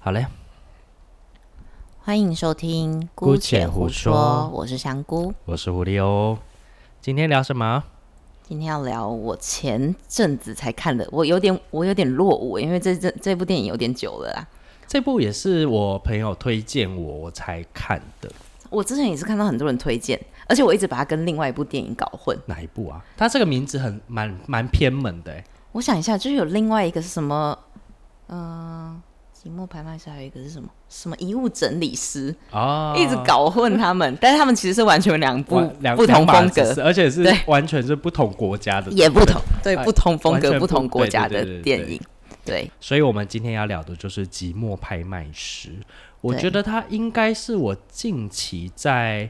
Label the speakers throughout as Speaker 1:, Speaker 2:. Speaker 1: 好嘞，
Speaker 2: 欢迎收听《
Speaker 1: 姑且胡说
Speaker 2: 我是香菇。
Speaker 1: 我是狐狸哦。今天聊什么？
Speaker 2: 今天要聊我前阵子才看的，我有点我有点落伍，因为这这这部电影有点久了啦。
Speaker 1: 这部也是我朋友推荐我，我才看的。
Speaker 2: 我之前也是看到很多人推荐，而且我一直把它跟另外一部电影搞混。
Speaker 1: 哪一部啊？它这个名字很蛮蛮偏门的欸，
Speaker 2: 我想一下，就是有另外一个是什么？嗯、呃，寂寞拍卖师还有一个是什么？什么遗物整理师，
Speaker 1: 哦，
Speaker 2: 一直搞混他们，但是他们其实是完全两部
Speaker 1: 完两
Speaker 2: 不同
Speaker 1: 两码
Speaker 2: 风
Speaker 1: 子事
Speaker 2: 格，
Speaker 1: 而且是
Speaker 2: 对
Speaker 1: 完全是不同国家的，
Speaker 2: 也不同对
Speaker 1: 哎
Speaker 2: 不同风
Speaker 1: 完
Speaker 2: 格、
Speaker 1: 全
Speaker 2: 不同
Speaker 1: 不
Speaker 2: 国
Speaker 1: 对
Speaker 2: 家
Speaker 1: 对
Speaker 2: 的
Speaker 1: 对对
Speaker 2: 电
Speaker 1: 对
Speaker 2: 影。对，
Speaker 1: 所以我们今天要聊的就是《寂寞拍卖师》，我
Speaker 2: 对
Speaker 1: 觉得它应该是我近期在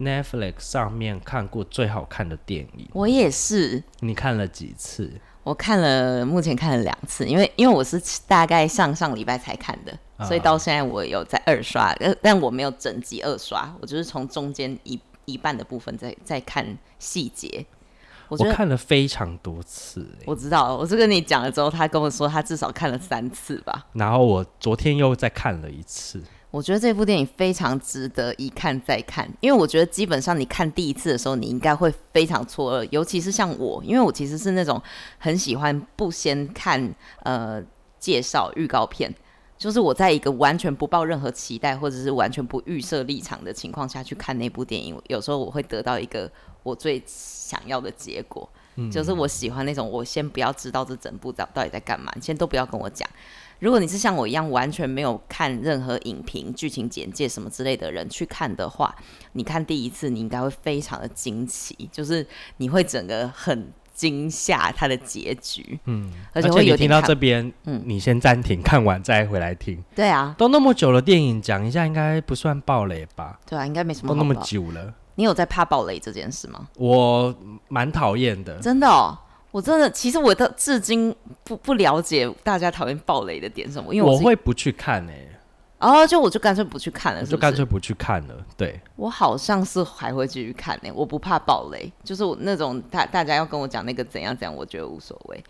Speaker 1: Netflix 上面看过最好看的电影。
Speaker 2: 我也是。
Speaker 1: 你看了几次？
Speaker 2: 我看了，目前看了两次，因为因为我是大概上上礼拜才看的，
Speaker 1: 啊
Speaker 2: 所以到现在我有在二刷，呃但我没有整集二刷，我就是从中间一一半的部分在在看细节。我
Speaker 1: 我
Speaker 2: 觉得
Speaker 1: 看了非常多次、欸
Speaker 2: 我知道，我是跟你讲了之后，他跟我说他至少看了三次吧。
Speaker 1: 然后我昨天又再看了一次。
Speaker 2: 我觉得这部电影非常值得一看再看，因为我觉得基本上你看第一次的时候，你应该会非常错愕，尤其是像我，因为我其实是那种很喜欢不先看呃介绍预告片，就是我在一个完全不抱任何期待或者是完全不预设立场的情况下去看那部电影，有时候我会得到一个我最想要的结果。
Speaker 1: 嗯
Speaker 2: 就是我喜欢那种，我先不要知道这整部到到底在干嘛，你先都不要跟我讲。如果你是像我一样完全没有看任何影评、剧情简介什么之类的人去看的话，你看第一次你应该会非常的惊奇，就是你会整个很惊吓它的结局，
Speaker 1: 嗯，
Speaker 2: 而
Speaker 1: 而
Speaker 2: 且会有
Speaker 1: 你听
Speaker 2: 点
Speaker 1: 到
Speaker 2: 看
Speaker 1: 这边，
Speaker 2: 嗯
Speaker 1: 你先暂停，看完再回来听。
Speaker 2: 对啊，
Speaker 1: 都那么久了，电影讲一下应该不算暴雷吧？
Speaker 2: 对啊，应该没什么
Speaker 1: 都
Speaker 2: 好
Speaker 1: 那么
Speaker 2: 报
Speaker 1: 久了，
Speaker 2: 你有在怕暴雷这件事吗？
Speaker 1: 我蛮讨厌的。
Speaker 2: 真的哦。我真的，其实我到至今不不了解大家讨厌暴雷的点是什么，因为
Speaker 1: 我
Speaker 2: 是
Speaker 1: 会不去看诶、
Speaker 2: 哦，就我就干脆不去看了，
Speaker 1: 我
Speaker 2: 呃是
Speaker 1: 就
Speaker 2: 不是
Speaker 1: 干脆不去看了。对，
Speaker 2: 我好像是还会继续看呢、我不怕暴雷，就是我那种大大家要跟我讲那个怎样怎样，我觉得无所谓，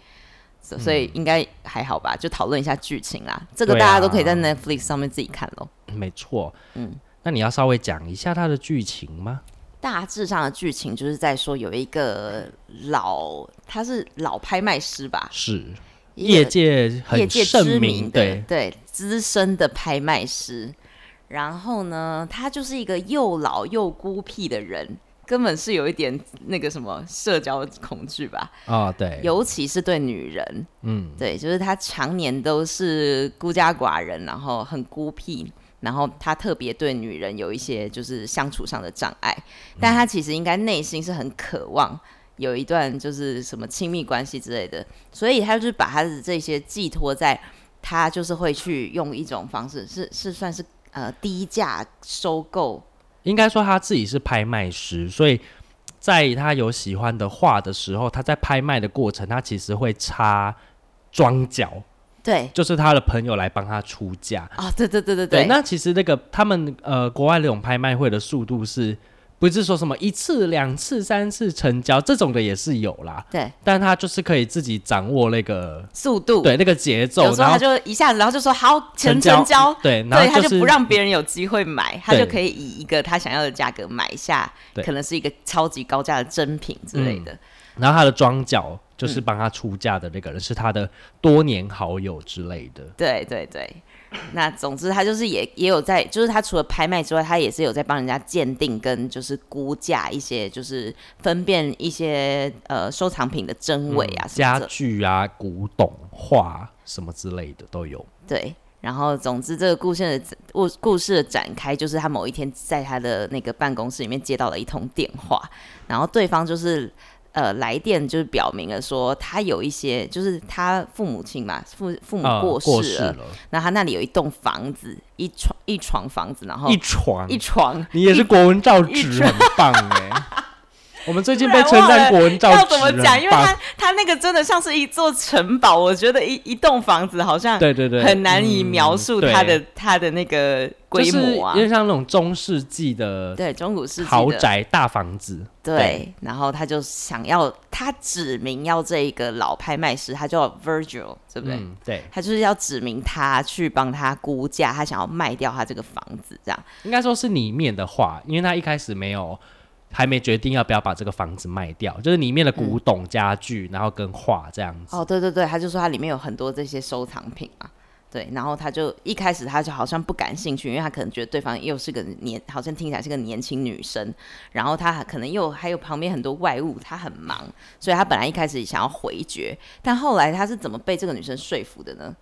Speaker 2: 所
Speaker 1: 嗯
Speaker 2: 所以应该还好吧，就讨论一下剧情啦。这个
Speaker 1: 对
Speaker 2: 大
Speaker 1: 啊
Speaker 2: 家都可以在 Netflix 上面自己看咯。
Speaker 1: 没错。
Speaker 2: 嗯
Speaker 1: 嗯，那你要稍微讲一下它的剧情吗？
Speaker 2: 大致上的剧情就是在说有一个老，他是老拍卖师吧，
Speaker 1: 是
Speaker 2: 一个
Speaker 1: 业界
Speaker 2: 业
Speaker 1: 很
Speaker 2: 界
Speaker 1: 盛
Speaker 2: 知
Speaker 1: 名，
Speaker 2: 名的
Speaker 1: 对，
Speaker 2: 资深的拍卖师。然后呢，他就是一个又老又孤僻的人，根本是有一点那个什么社交恐惧吧，
Speaker 1: 哦，对，
Speaker 2: 尤其是对女人。
Speaker 1: 嗯，
Speaker 2: 对，就是他常年都是孤家寡人，然后很孤僻，然后他特别对女人有一些就是相处上的障碍，
Speaker 1: 嗯
Speaker 2: 但他其实应该内心是很渴望有一段就是什么亲密关系之类的，所以他就是把他的这些寄托在他就是会去用一种方式，是是算是呃低价收购，
Speaker 1: 应该说他自己是拍卖师，所以在他有喜欢的画的时候，他在拍卖的过程，他其实会插庄脚，
Speaker 2: 对，
Speaker 1: 就是他的朋友来帮他出价。
Speaker 2: 啊、对对对对
Speaker 1: 对，那其实那个他们呃国外那种拍卖会的速度是。不是说什么一次、两次、三次成交这种的也是有啦，
Speaker 2: 对
Speaker 1: 但他就是可以自己掌握那个
Speaker 2: 速度，
Speaker 1: 对那个节
Speaker 2: 有
Speaker 1: 奏，
Speaker 2: 时候
Speaker 1: 然
Speaker 2: 他
Speaker 1: 后
Speaker 2: 就一下子，然后就说好，全
Speaker 1: 成交
Speaker 2: 成交，
Speaker 1: 对，
Speaker 2: 对，
Speaker 1: 然
Speaker 2: 他
Speaker 1: 后
Speaker 2: 就是不让别人有机会买，他
Speaker 1: 对
Speaker 2: 就可以以一个他想要的价格买下，
Speaker 1: 对嗯
Speaker 2: 可能是一个超级高价的珍品之类的。
Speaker 1: 然后他的庄脚
Speaker 2: 嗯
Speaker 1: 就是帮他出价的那个人、是他的多年好友之类的，
Speaker 2: 对对对，那总之他就是也也有在，就是他除了拍卖之外，他也是有在帮人家鉴定跟就是估价一些，就是分辨一些呃收藏品的真伪啊、什么
Speaker 1: 家
Speaker 2: 的。
Speaker 1: 具啊、古董、画什么之类的都有。
Speaker 2: 对，然后总之这个故事的故故事的展开，就是他某一天在他的那个办公室里面接到了一通电话，然后对方就是。呃，来电就是表明了说他有一些，就是他父母亲嘛，父父母
Speaker 1: 啊，
Speaker 2: 嗯过
Speaker 1: 过
Speaker 2: 世了，
Speaker 1: 了，
Speaker 2: 那、他那里有一栋房子，一床一床房子，然后
Speaker 1: 一床
Speaker 2: 一，床
Speaker 1: 你也是国文造纸
Speaker 2: 一，
Speaker 1: 很棒哎、我们最近被称赞国文 造
Speaker 2: 要
Speaker 1: 纸
Speaker 2: 怎么
Speaker 1: 很
Speaker 2: 讲？因为
Speaker 1: 棒
Speaker 2: 它它那个真的像是一座城堡，我觉得一一栋房子好像
Speaker 1: 对对对，
Speaker 2: 很难以
Speaker 1: 嗯
Speaker 2: 描述
Speaker 1: 对
Speaker 2: 它的、它的那个规模
Speaker 1: 就
Speaker 2: 啊。
Speaker 1: 是有点像那种中世纪的
Speaker 2: 对中古世纪的
Speaker 1: 豪宅大房子，
Speaker 2: 对，
Speaker 1: 对
Speaker 2: 然后他就想要，他指明要这一个老拍卖师，他叫 Virgil，对不对？
Speaker 1: 嗯，对，
Speaker 2: 他就是要指明他去帮他估价，他想要卖掉他这个房子，这样
Speaker 1: 应该说是里面的话，因为他一开始没有。还没决定要不要把这个房子卖掉，就是里面的古董家具，然后跟画这样子。
Speaker 2: 哦，对对对，他就说他里面有很多这些收藏品嘛，对，然后他就一开始他就好像不感兴趣，因为他可能觉得对方又是个年，好像听起来是个年轻女生，然后他可能又还有旁边很多外物，他很忙，所以他本来一开始想要回绝，但后来他是怎么被这个女生说服的呢？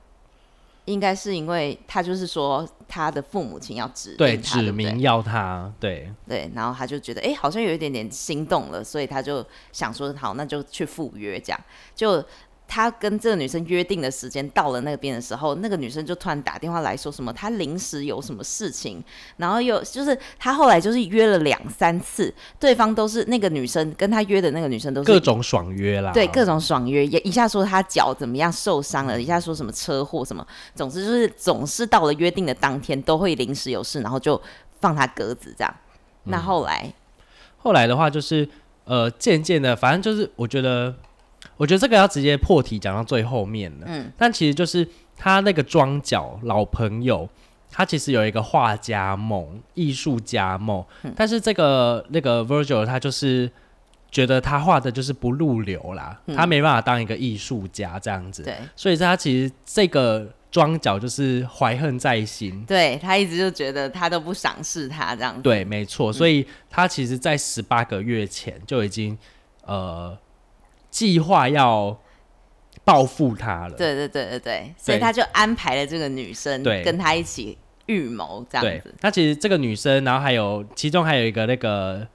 Speaker 2: 应该是因为他就是说他的父母亲要指
Speaker 1: 对，
Speaker 2: 定他
Speaker 1: 指
Speaker 2: 不对
Speaker 1: 明要他，对，
Speaker 2: 对，然后他就觉得哎、诶好像有一点点心动了，所以他就想说，好，那就去赴约这样。就他跟这个女生约定的时间到了那边的时候，那个女生就突然打电话来说什么，她临时有什么事情，然后又就是他后来就是约了两三次，对方都是那个女生跟他约的那个女生都是
Speaker 1: 各种爽约啦。
Speaker 2: 对，各种爽约，也一下说他脚怎么样受伤了，一下说什么车祸什么，总之就是总是到了约定的当天都会临时有事，然后就放他鸽子这样。
Speaker 1: 嗯
Speaker 2: 那后来，
Speaker 1: 后来的话就是呃，渐渐的，反正就是我觉得，我觉得这个要直接破题讲到最后面了。
Speaker 2: 嗯，
Speaker 1: 但其实就是他那个庄脚老朋友，他其实有一个画家梦、艺术家梦，
Speaker 2: 嗯
Speaker 1: 但是这个那个 Virgil 他就是。觉得他画的就是不入流啦，他没办法当一个艺术家这样子，
Speaker 2: 嗯对
Speaker 1: 所以他其实这个庄脚就是怀恨在心，
Speaker 2: 对他一直就觉得他都不赏识他这样子。
Speaker 1: 对，没错，
Speaker 2: 嗯
Speaker 1: 所以他其实，在十八个月前就已经呃计划要报复他了。
Speaker 2: 对对对对对，所以他就安排了这个女生
Speaker 1: 对
Speaker 2: 跟他一起预谋这
Speaker 1: 对
Speaker 2: 样子。
Speaker 1: 那其实这个女生，然后还有其中还有一个那个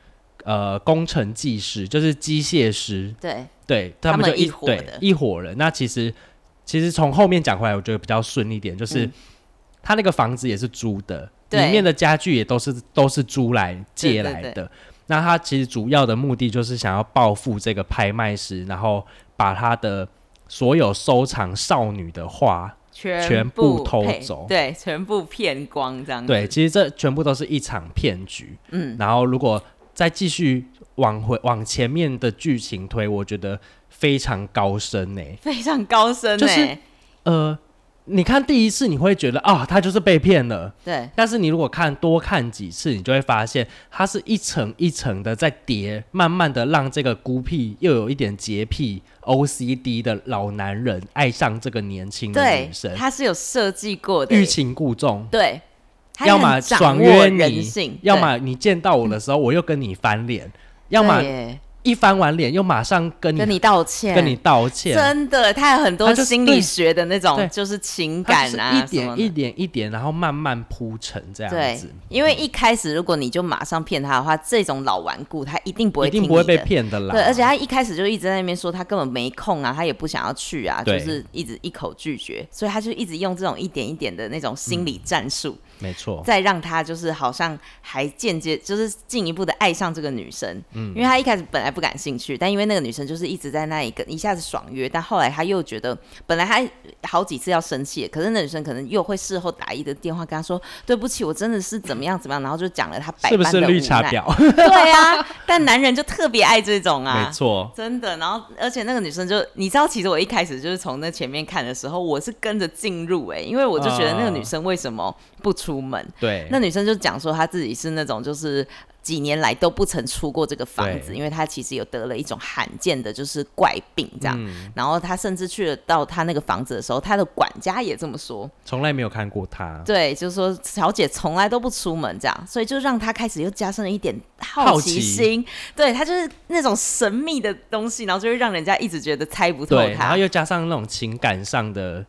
Speaker 1: 呃工程技师，就是机械师，
Speaker 2: 对
Speaker 1: 对
Speaker 2: 他
Speaker 1: 们
Speaker 2: 们
Speaker 1: 就一
Speaker 2: 一伙
Speaker 1: 对
Speaker 2: 的
Speaker 1: 一伙人。那其实其实从后面讲回来，我觉得比较顺一点，就是、
Speaker 2: 嗯
Speaker 1: 他那个房子也是租的，
Speaker 2: 对
Speaker 1: 里面的家具也都是都是租来借来的。
Speaker 2: 对
Speaker 1: 那他其实主要的目的就是想要报复这个拍卖师，然后把他的所有收藏少女的画，全部
Speaker 2: 部
Speaker 1: 偷
Speaker 2: 配
Speaker 1: 走
Speaker 2: 对，全部骗光这样子。
Speaker 1: 对，其实这全部都是一场骗局。
Speaker 2: 嗯，
Speaker 1: 然后如果再继续往回往前面的剧情推，我觉得非常高深呢、欸
Speaker 2: 非常高深
Speaker 1: 就是
Speaker 2: 欸
Speaker 1: 呃，你看第一次你会觉得啊、他就是被骗了。
Speaker 2: 对
Speaker 1: 但是你如果看多看几次，你就会发现它是一层一层的在叠，慢慢的让这个孤僻又有一点洁癖 OCD 的老男人爱上这个年轻的
Speaker 2: 对
Speaker 1: 女生，，
Speaker 2: 他是有设计过的欸
Speaker 1: 欲擒故纵，
Speaker 2: 对，他
Speaker 1: 要
Speaker 2: 很
Speaker 1: 么
Speaker 2: 掌
Speaker 1: 爽
Speaker 2: 握
Speaker 1: 约
Speaker 2: 人
Speaker 1: 你
Speaker 2: 性，，
Speaker 1: 要
Speaker 2: 对
Speaker 1: 么你见到我的时候我又跟你翻脸，要
Speaker 2: 对
Speaker 1: 么
Speaker 2: 耶
Speaker 1: 一翻完脸又马上跟你
Speaker 2: 跟你道歉，
Speaker 1: 跟你道歉，
Speaker 2: 真的，他有很
Speaker 1: 他
Speaker 2: 多
Speaker 1: 就是
Speaker 2: 心
Speaker 1: 对
Speaker 2: 理学的
Speaker 1: 对
Speaker 2: 那种，就是情
Speaker 1: 它
Speaker 2: 感
Speaker 1: 就是
Speaker 2: 啊
Speaker 1: 一
Speaker 2: 什么
Speaker 1: 点
Speaker 2: 的
Speaker 1: 一点一点，然后慢慢铺陈这样
Speaker 2: 对
Speaker 1: 子，，
Speaker 2: 因为一开始如果你就马上骗他的话，这种老顽固他一定不会
Speaker 1: 一定
Speaker 2: 听
Speaker 1: 不会
Speaker 2: 你
Speaker 1: 被
Speaker 2: 的
Speaker 1: 骗的啦。
Speaker 2: 对，而且他一开始就一直在那边说他根本没空啊，他也不想要去啊，就
Speaker 1: 对
Speaker 2: 是一直一口拒绝，所以他就一直用这种一点一点的那种心理战术，
Speaker 1: 没错，
Speaker 2: 再让他就是好像还间接就是进一步的爱上这个女生，
Speaker 1: 嗯
Speaker 2: 因为他一开始本来不感兴趣，但因为那个女生就是一直在那里跟一下子爽约，但后来他又觉得本来他好几次要生气，可是那女生可能又会事后打一个电话跟他说对不起，我真的是怎么样怎么样，然后就讲了他百
Speaker 1: 是
Speaker 2: 般
Speaker 1: 不
Speaker 2: 的
Speaker 1: 是绿茶
Speaker 2: 无奈，
Speaker 1: 婊？
Speaker 2: 对啊，但男人就特别爱这种啊，
Speaker 1: 没错，
Speaker 2: 真的，然后而且那个女生就，你知道，其实我一开始就是从那前面看的时候，我是跟着进入哎、因为我就觉
Speaker 1: 啊
Speaker 2: 得那个女生为什么不出门？
Speaker 1: 对，
Speaker 2: 那女生就讲说她自己是那种就是几年来都不曾出过这个房子，
Speaker 1: 对
Speaker 2: 因为她其实有得了一种罕见的就是怪病这样。
Speaker 1: 嗯
Speaker 2: 然后她甚至去了到她那个房子的时候，她的管家也这么说，
Speaker 1: 从来没有看过他。
Speaker 2: 对，就是说小姐从来都不出门这样，所以就让她开始又加深了一点好
Speaker 1: 好奇
Speaker 2: 奇心。对她就是那种神秘的东西，然后就会让人家一直觉得猜不透
Speaker 1: 对，然
Speaker 2: 她
Speaker 1: 后。又加上那种情感上的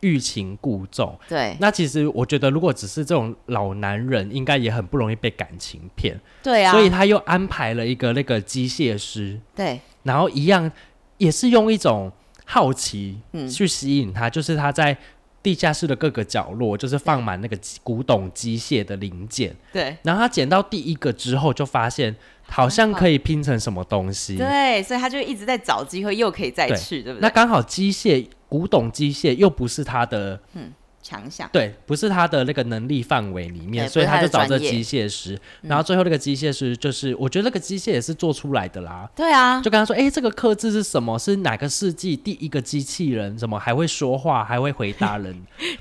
Speaker 1: 欲擒故纵。
Speaker 2: 对
Speaker 1: 那其实我觉得，如果只是这种老男人，应该也很不容易被感情骗。
Speaker 2: 对啊，
Speaker 1: 所以他又安排了一个那个机械师，
Speaker 2: 对
Speaker 1: 然后一样也是用一种好奇
Speaker 2: 嗯
Speaker 1: 去吸引他，就是他在地下室的各个角落，就是放满那个古董机械的零件。
Speaker 2: 对
Speaker 1: 然后他捡到第一个之后，就发现好像可以拼成什么东西。
Speaker 2: 对，所以他就一直在找机会，又可以再
Speaker 1: 对
Speaker 2: 去，对不
Speaker 1: 那
Speaker 2: 对？
Speaker 1: 刚好机械古董机械又不是他的
Speaker 2: 强项，
Speaker 1: 对，不是他的那个能力范围里面，
Speaker 2: 对
Speaker 1: 所以
Speaker 2: 不是
Speaker 1: 就
Speaker 2: 他的
Speaker 1: 找这
Speaker 2: 专业嗯
Speaker 1: 机械师。然后最后那个机械师就是，我觉得那个机械也是做出来的啦。
Speaker 2: 对啊，
Speaker 1: 就跟他说，哎、这个刻字是什么？是哪个世纪第一个机器人？什么还会说话，还会回答人？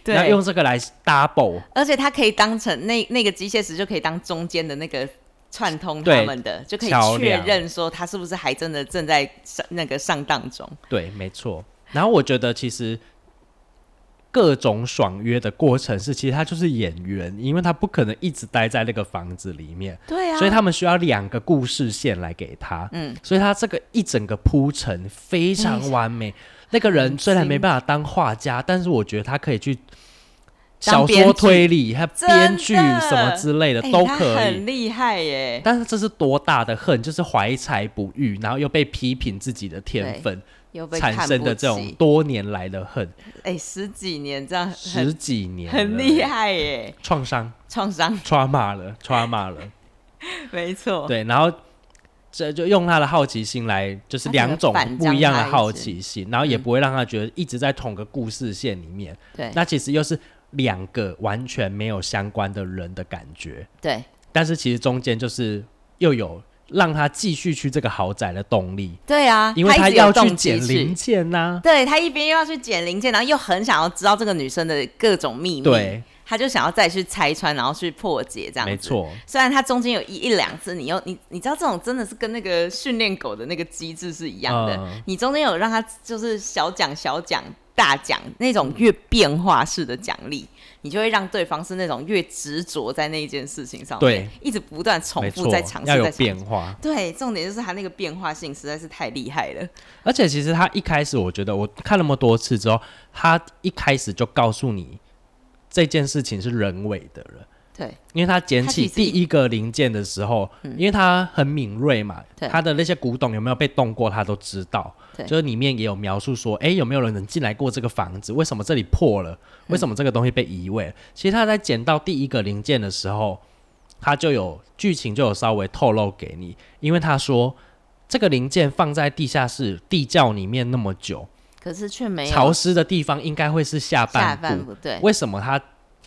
Speaker 1: 然后
Speaker 2: 对，
Speaker 1: 用这个来 double，
Speaker 2: 而且他可以当成那那个机械师就可以当中间的那个。串通他
Speaker 1: 对
Speaker 2: 们的，就可以
Speaker 1: 桥
Speaker 2: 确
Speaker 1: 梁
Speaker 2: 认说他是不是还真的正在上那个上当中。
Speaker 1: 对，没错。然后我觉得其实各种爽约的过程是，其实他就是演员，因为他不可能一直待在那个房子里面，
Speaker 2: 对啊，
Speaker 1: 所以他们需要两个故事线来给他。嗯，所以他这个一整个铺陈非常完美。那个人虽然没办法当画家，但是我觉得他可以去。
Speaker 2: 当
Speaker 1: 小
Speaker 2: 编
Speaker 1: 说
Speaker 2: 剧
Speaker 1: 推理、还有
Speaker 2: 真
Speaker 1: 编剧
Speaker 2: 的
Speaker 1: 什么之类的
Speaker 2: 哎
Speaker 1: 都
Speaker 2: 他
Speaker 1: 可以
Speaker 2: 很，厉害耶。
Speaker 1: 但是这是多大的恨，就是怀才不遇，然后又被批评自己的天
Speaker 2: 对
Speaker 1: 分，
Speaker 2: 又被
Speaker 1: 产
Speaker 2: 看
Speaker 1: 生
Speaker 2: 不
Speaker 1: 的这种
Speaker 2: 起
Speaker 1: 多年来的恨，
Speaker 2: 哎、十几年这样
Speaker 1: 十
Speaker 2: 很
Speaker 1: 几年
Speaker 2: 很
Speaker 1: 了
Speaker 2: 厉，害耶，
Speaker 1: 创伤
Speaker 2: 创伤
Speaker 1: trauma 了，trauma 了，
Speaker 2: 没错，
Speaker 1: 对，然后这就用他的好奇心来，就是
Speaker 2: 他整个
Speaker 1: 两种
Speaker 2: 反
Speaker 1: 不一样的
Speaker 2: 将他一
Speaker 1: 好
Speaker 2: 直嗯
Speaker 1: 奇心，然后也不会让他觉得一直在同个故事线里面，
Speaker 2: 对
Speaker 1: 那其实又是两个完全没有相关的人的感觉，
Speaker 2: 对
Speaker 1: 但是其实中间就是又有让他继续去这个豪宅的动力。
Speaker 2: 对啊，
Speaker 1: 因为
Speaker 2: 他
Speaker 1: 他
Speaker 2: 一直有
Speaker 1: 要去
Speaker 2: 动
Speaker 1: 捡
Speaker 2: 机
Speaker 1: 零件啊呐、
Speaker 2: 对他一边又要去捡零件，然后又很想要知道这个女生的各种秘密，
Speaker 1: 对，
Speaker 2: 他就想要再去拆穿，然后去破解这样子。
Speaker 1: 没，错，
Speaker 2: 虽然他中间有一一两次，你又你你知道这种真的是跟那个训练狗的那个机制是一样的，
Speaker 1: 嗯
Speaker 2: 你中间有让他就是小奖小奖大奖那种越变化式的奖励，你就会让对方是那种越执着在那一件事情上面，一直不断重
Speaker 1: 没
Speaker 2: 复
Speaker 1: 错
Speaker 2: 在尝，试
Speaker 1: 要有
Speaker 2: 在尝
Speaker 1: 变
Speaker 2: 试。
Speaker 1: 化。
Speaker 2: 对，重点就是他那个变化性实在是太厉害了。
Speaker 1: 而且其实他一开始，我觉得我看那么多次之后，他一开始就告诉你这件事情是人为的了。
Speaker 2: 对，
Speaker 1: 因为他捡
Speaker 2: 他
Speaker 1: 起
Speaker 2: 其实嗯
Speaker 1: 第一个零件的时候，因为他很敏锐嘛，
Speaker 2: 对
Speaker 1: 他的那些古董有没有被动过，他都知道。
Speaker 2: 对
Speaker 1: 就是里面也有描述说，哎，有没有人能进来过这个房子？为什么这里破
Speaker 2: 嗯
Speaker 1: 了？为什么这个东西被移位？其实他在捡到第一个零件的时候，他就有剧情就有稍微透露给你，因为他说这个零件放在地下室地窖里面那么久，
Speaker 2: 可是却没有
Speaker 1: 潮湿的地方应该会是下半
Speaker 2: 下
Speaker 1: 部，
Speaker 2: 半部，对
Speaker 1: 为什么它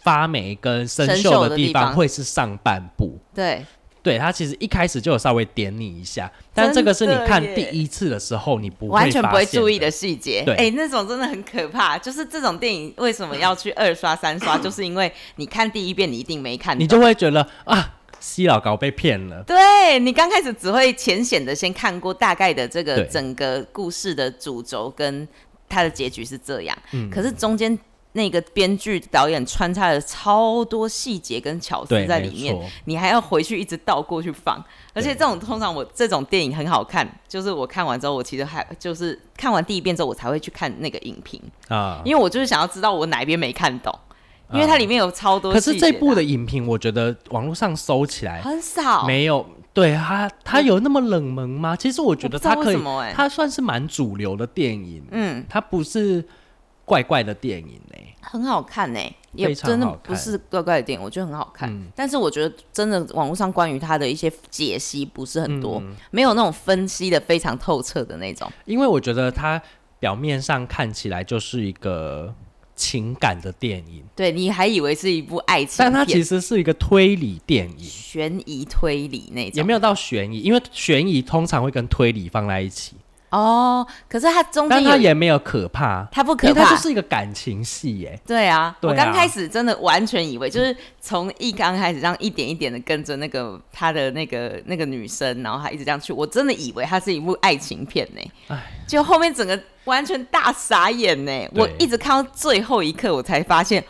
Speaker 1: 发霉跟生
Speaker 2: 生
Speaker 1: 锈
Speaker 2: 锈
Speaker 1: 的
Speaker 2: 的
Speaker 1: 地
Speaker 2: 地
Speaker 1: 方
Speaker 2: 方
Speaker 1: 会是上半部？
Speaker 2: 对
Speaker 1: 对，它其实一开始就有稍微点你一下，但这个是你
Speaker 2: 真的
Speaker 1: 看
Speaker 2: 耶
Speaker 1: 第一次的时候你不会
Speaker 2: 完全不
Speaker 1: 发
Speaker 2: 会
Speaker 1: 现
Speaker 2: 注意的。细节，
Speaker 1: 对
Speaker 2: 哎、那种真的很可怕。就是这种电影为什么要去二刷三 刷，就是因为你看第一遍你一定没看懂，
Speaker 1: 你就会觉得啊，西老高被骗了。
Speaker 2: 对你刚开始只会浅显的先看过大概的这个
Speaker 1: 对
Speaker 2: 整个故事的主轴跟它的结局是这样，
Speaker 1: 嗯
Speaker 2: 可是中间那个编剧导演穿插了超多细节跟巧
Speaker 1: 对
Speaker 2: 思在
Speaker 1: 没
Speaker 2: 里面
Speaker 1: 错，
Speaker 2: 你还要回去一直倒过去放，而且这种通常我这种电影很好看，就是我看完之后，我其实还就是看完第一遍之后，我才会去看那个影评，
Speaker 1: 啊，
Speaker 2: 因为我就是想要知道我哪一边没看懂，因为它里面有超多
Speaker 1: 可
Speaker 2: 细
Speaker 1: 是
Speaker 2: 节、啊
Speaker 1: 这部的影评，我觉得网络上搜起来
Speaker 2: 很少，
Speaker 1: 没有，对它它有那么冷门吗？其实我觉得它
Speaker 2: 我不
Speaker 1: 可
Speaker 2: 知道为
Speaker 1: 以
Speaker 2: 什，么哎、
Speaker 1: 它算是蛮主流的电影，
Speaker 2: 嗯。
Speaker 1: 它不是怪怪的电影欸呢、
Speaker 2: 很好看呢、也
Speaker 1: 非常
Speaker 2: 真的
Speaker 1: 好看嗯
Speaker 2: 不是怪怪的电影，我觉得很好看。但是我觉得真的网络上关于它的一些解析不是很多，
Speaker 1: 嗯
Speaker 2: 没有那种分析的非常透彻的那种。
Speaker 1: 因为我觉得它表面上看起来就是一个情感的电影，
Speaker 2: 对，你还以为是一部爱情
Speaker 1: 但它其
Speaker 2: 片，
Speaker 1: 实是一个推理电影，
Speaker 2: 悬疑推理那
Speaker 1: 也
Speaker 2: 种。
Speaker 1: 没有到悬疑，因为悬疑通常会跟推理放在一起，
Speaker 2: 哦，可是它中
Speaker 1: 但
Speaker 2: 间
Speaker 1: 它
Speaker 2: 有
Speaker 1: 也没有可怕，
Speaker 2: 它不
Speaker 1: 因
Speaker 2: 可
Speaker 1: 为它
Speaker 2: 怕，
Speaker 1: 就是一个感情戏耶。
Speaker 2: 对啊，
Speaker 1: 对啊
Speaker 2: 我刚开始真的完全以为，就是从一刚开始这样一点一点的跟着那个他的那个那个女生，然后他一直这样去，我真的以为它是一部爱情片呢、就后面整个完全大傻眼呢、
Speaker 1: 对
Speaker 2: 我一直看到最后一刻，我才发现。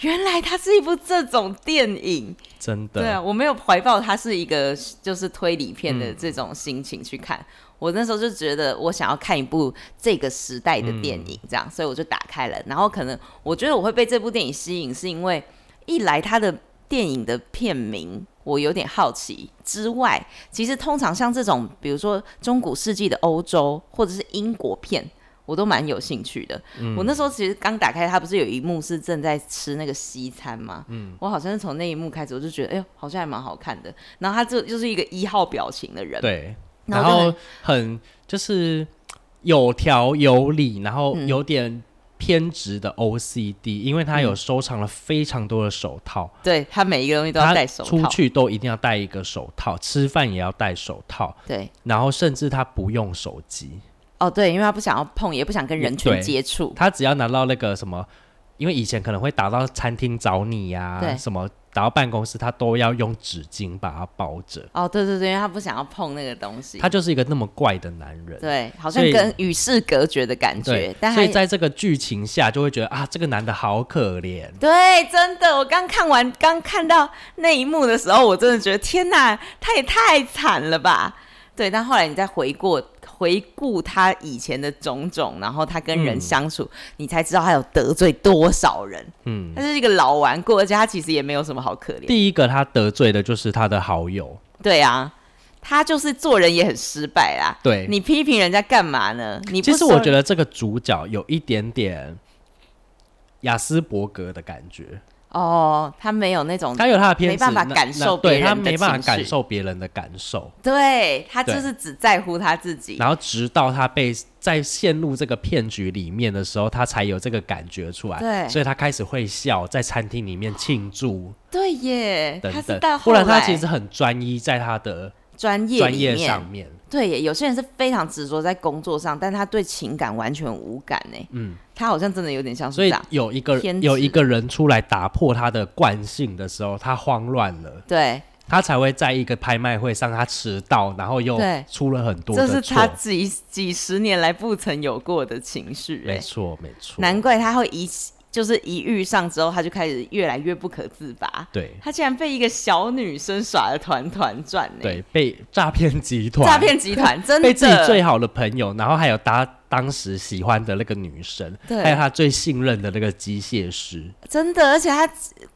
Speaker 2: 原来它是一部这种电影，
Speaker 1: 真
Speaker 2: 对
Speaker 1: 的
Speaker 2: 啊，我没有怀抱它是一个就是推理片的这种心情去看。我那时候就觉得我想要看一部这个时代的电影，这样，所以我就打开了。然后可能我觉得我会被这部电影吸引，是因为一来它的电影的片名我有点好奇，之外，其实通常像这种比如说中古世纪的欧洲或者是英国片。我都蛮有兴趣的。
Speaker 1: 嗯
Speaker 2: 我那时候其实刚打开，它不是有一幕是正在吃那个西餐吗？
Speaker 1: 嗯
Speaker 2: 我好像是从那一幕开始，我就觉得哎呦，好像还蛮好看的。然后他就就是一个一号表情的人，
Speaker 1: 对，
Speaker 2: 然
Speaker 1: 然
Speaker 2: 后就
Speaker 1: 后很就是有条有理，然
Speaker 2: 嗯
Speaker 1: 后有点偏执的 OCD，、因为他有收藏了非常多的手套，
Speaker 2: 对他每一个东西都要
Speaker 1: 他
Speaker 2: 戴手
Speaker 1: 出
Speaker 2: 套，
Speaker 1: 去都一定要戴一个手套，吃饭也要戴手套，
Speaker 2: 对。
Speaker 1: 然后甚至他不用手机，
Speaker 2: 哦，对，因为他不想要碰，也不想跟人群
Speaker 1: 对
Speaker 2: 接触。
Speaker 1: 他只要拿到那个什么，因为以前可能会打到餐厅找你呀、
Speaker 2: 对
Speaker 1: 什么打到办公室，他都要用纸巾把它包着。
Speaker 2: 哦，对对对，因为他不想要碰那个东西。
Speaker 1: 他就是一个那么怪的男人。
Speaker 2: 对，好像
Speaker 1: 所以
Speaker 2: 跟与世隔绝的感觉
Speaker 1: 对，，
Speaker 2: 但
Speaker 1: 所以
Speaker 2: 他
Speaker 1: 在这个剧情下，就会觉得啊，这个男的好可 怜。
Speaker 2: 对，真的，我刚看完，刚看到那一幕的时候，我真的觉得天哪，他也太惨了吧！对，但后来你再回过回顾他以前的种种，然后他跟人
Speaker 1: 嗯
Speaker 2: 相处，你才知道他有得罪多少人。
Speaker 1: 嗯，
Speaker 2: 他就是一个老顽固，而且他其实也没有什么好可怜。
Speaker 1: 第一个他得罪的就是他的好友，
Speaker 2: 对啊，他就是做人也很失败啦。
Speaker 1: 对。
Speaker 2: 你批评人家干嘛呢？你
Speaker 1: 其实我觉
Speaker 2: 得
Speaker 1: 得这个主角有一点点雅斯伯格的感觉，
Speaker 2: 哦，他没有那种
Speaker 1: 他有他的偏执，
Speaker 2: 没办法
Speaker 1: 那
Speaker 2: 感
Speaker 1: 那
Speaker 2: 受
Speaker 1: 对
Speaker 2: 别人
Speaker 1: 他
Speaker 2: 的
Speaker 1: 没办法
Speaker 2: 情绪
Speaker 1: 感受别人的感受，
Speaker 2: 对他就
Speaker 1: 对
Speaker 2: 是只在乎他自己。
Speaker 1: 然后直到他被在陷入这个骗局里面的时候，他才有这个感觉出来。
Speaker 2: 对
Speaker 1: 所以他开始会笑，在餐厅里面庆祝
Speaker 2: 对耶，
Speaker 1: 等
Speaker 2: 他是
Speaker 1: 等
Speaker 2: 到，
Speaker 1: 不
Speaker 2: 后来
Speaker 1: 然他其实很专一在他的
Speaker 2: 专业
Speaker 1: 专
Speaker 2: 里
Speaker 1: 业
Speaker 2: 面
Speaker 1: 上面。
Speaker 2: 对耶，有些人是非常执着在工作上，但他对情感完全无感呢。嗯，他好像真的有点像是
Speaker 1: 所
Speaker 2: 这
Speaker 1: 以
Speaker 2: 样。
Speaker 1: 有一个
Speaker 2: 偏执
Speaker 1: 有一个人出来打破他的惯性的时候，他慌乱了，
Speaker 2: 对，
Speaker 1: 他才会在一个拍卖会上他迟到，然后又
Speaker 2: 对
Speaker 1: 出了很多
Speaker 2: 这
Speaker 1: 的
Speaker 2: 是
Speaker 1: 错
Speaker 2: 他。几几十年来不曾有过的情绪
Speaker 1: 没
Speaker 2: 耶，
Speaker 1: 错，没错。
Speaker 2: 欸难怪他会一就是一遇上之后，他就开始越来越不可自拔。
Speaker 1: 对
Speaker 2: 他竟然被一个小女生耍的团团转呢，
Speaker 1: 对，被诈骗集团
Speaker 2: 诈骗 集团真的
Speaker 1: 被自己最好的朋友，然后还有他当时喜欢的那个女生，
Speaker 2: 对
Speaker 1: 还有他最信任的那个机械师，
Speaker 2: 真的，而且他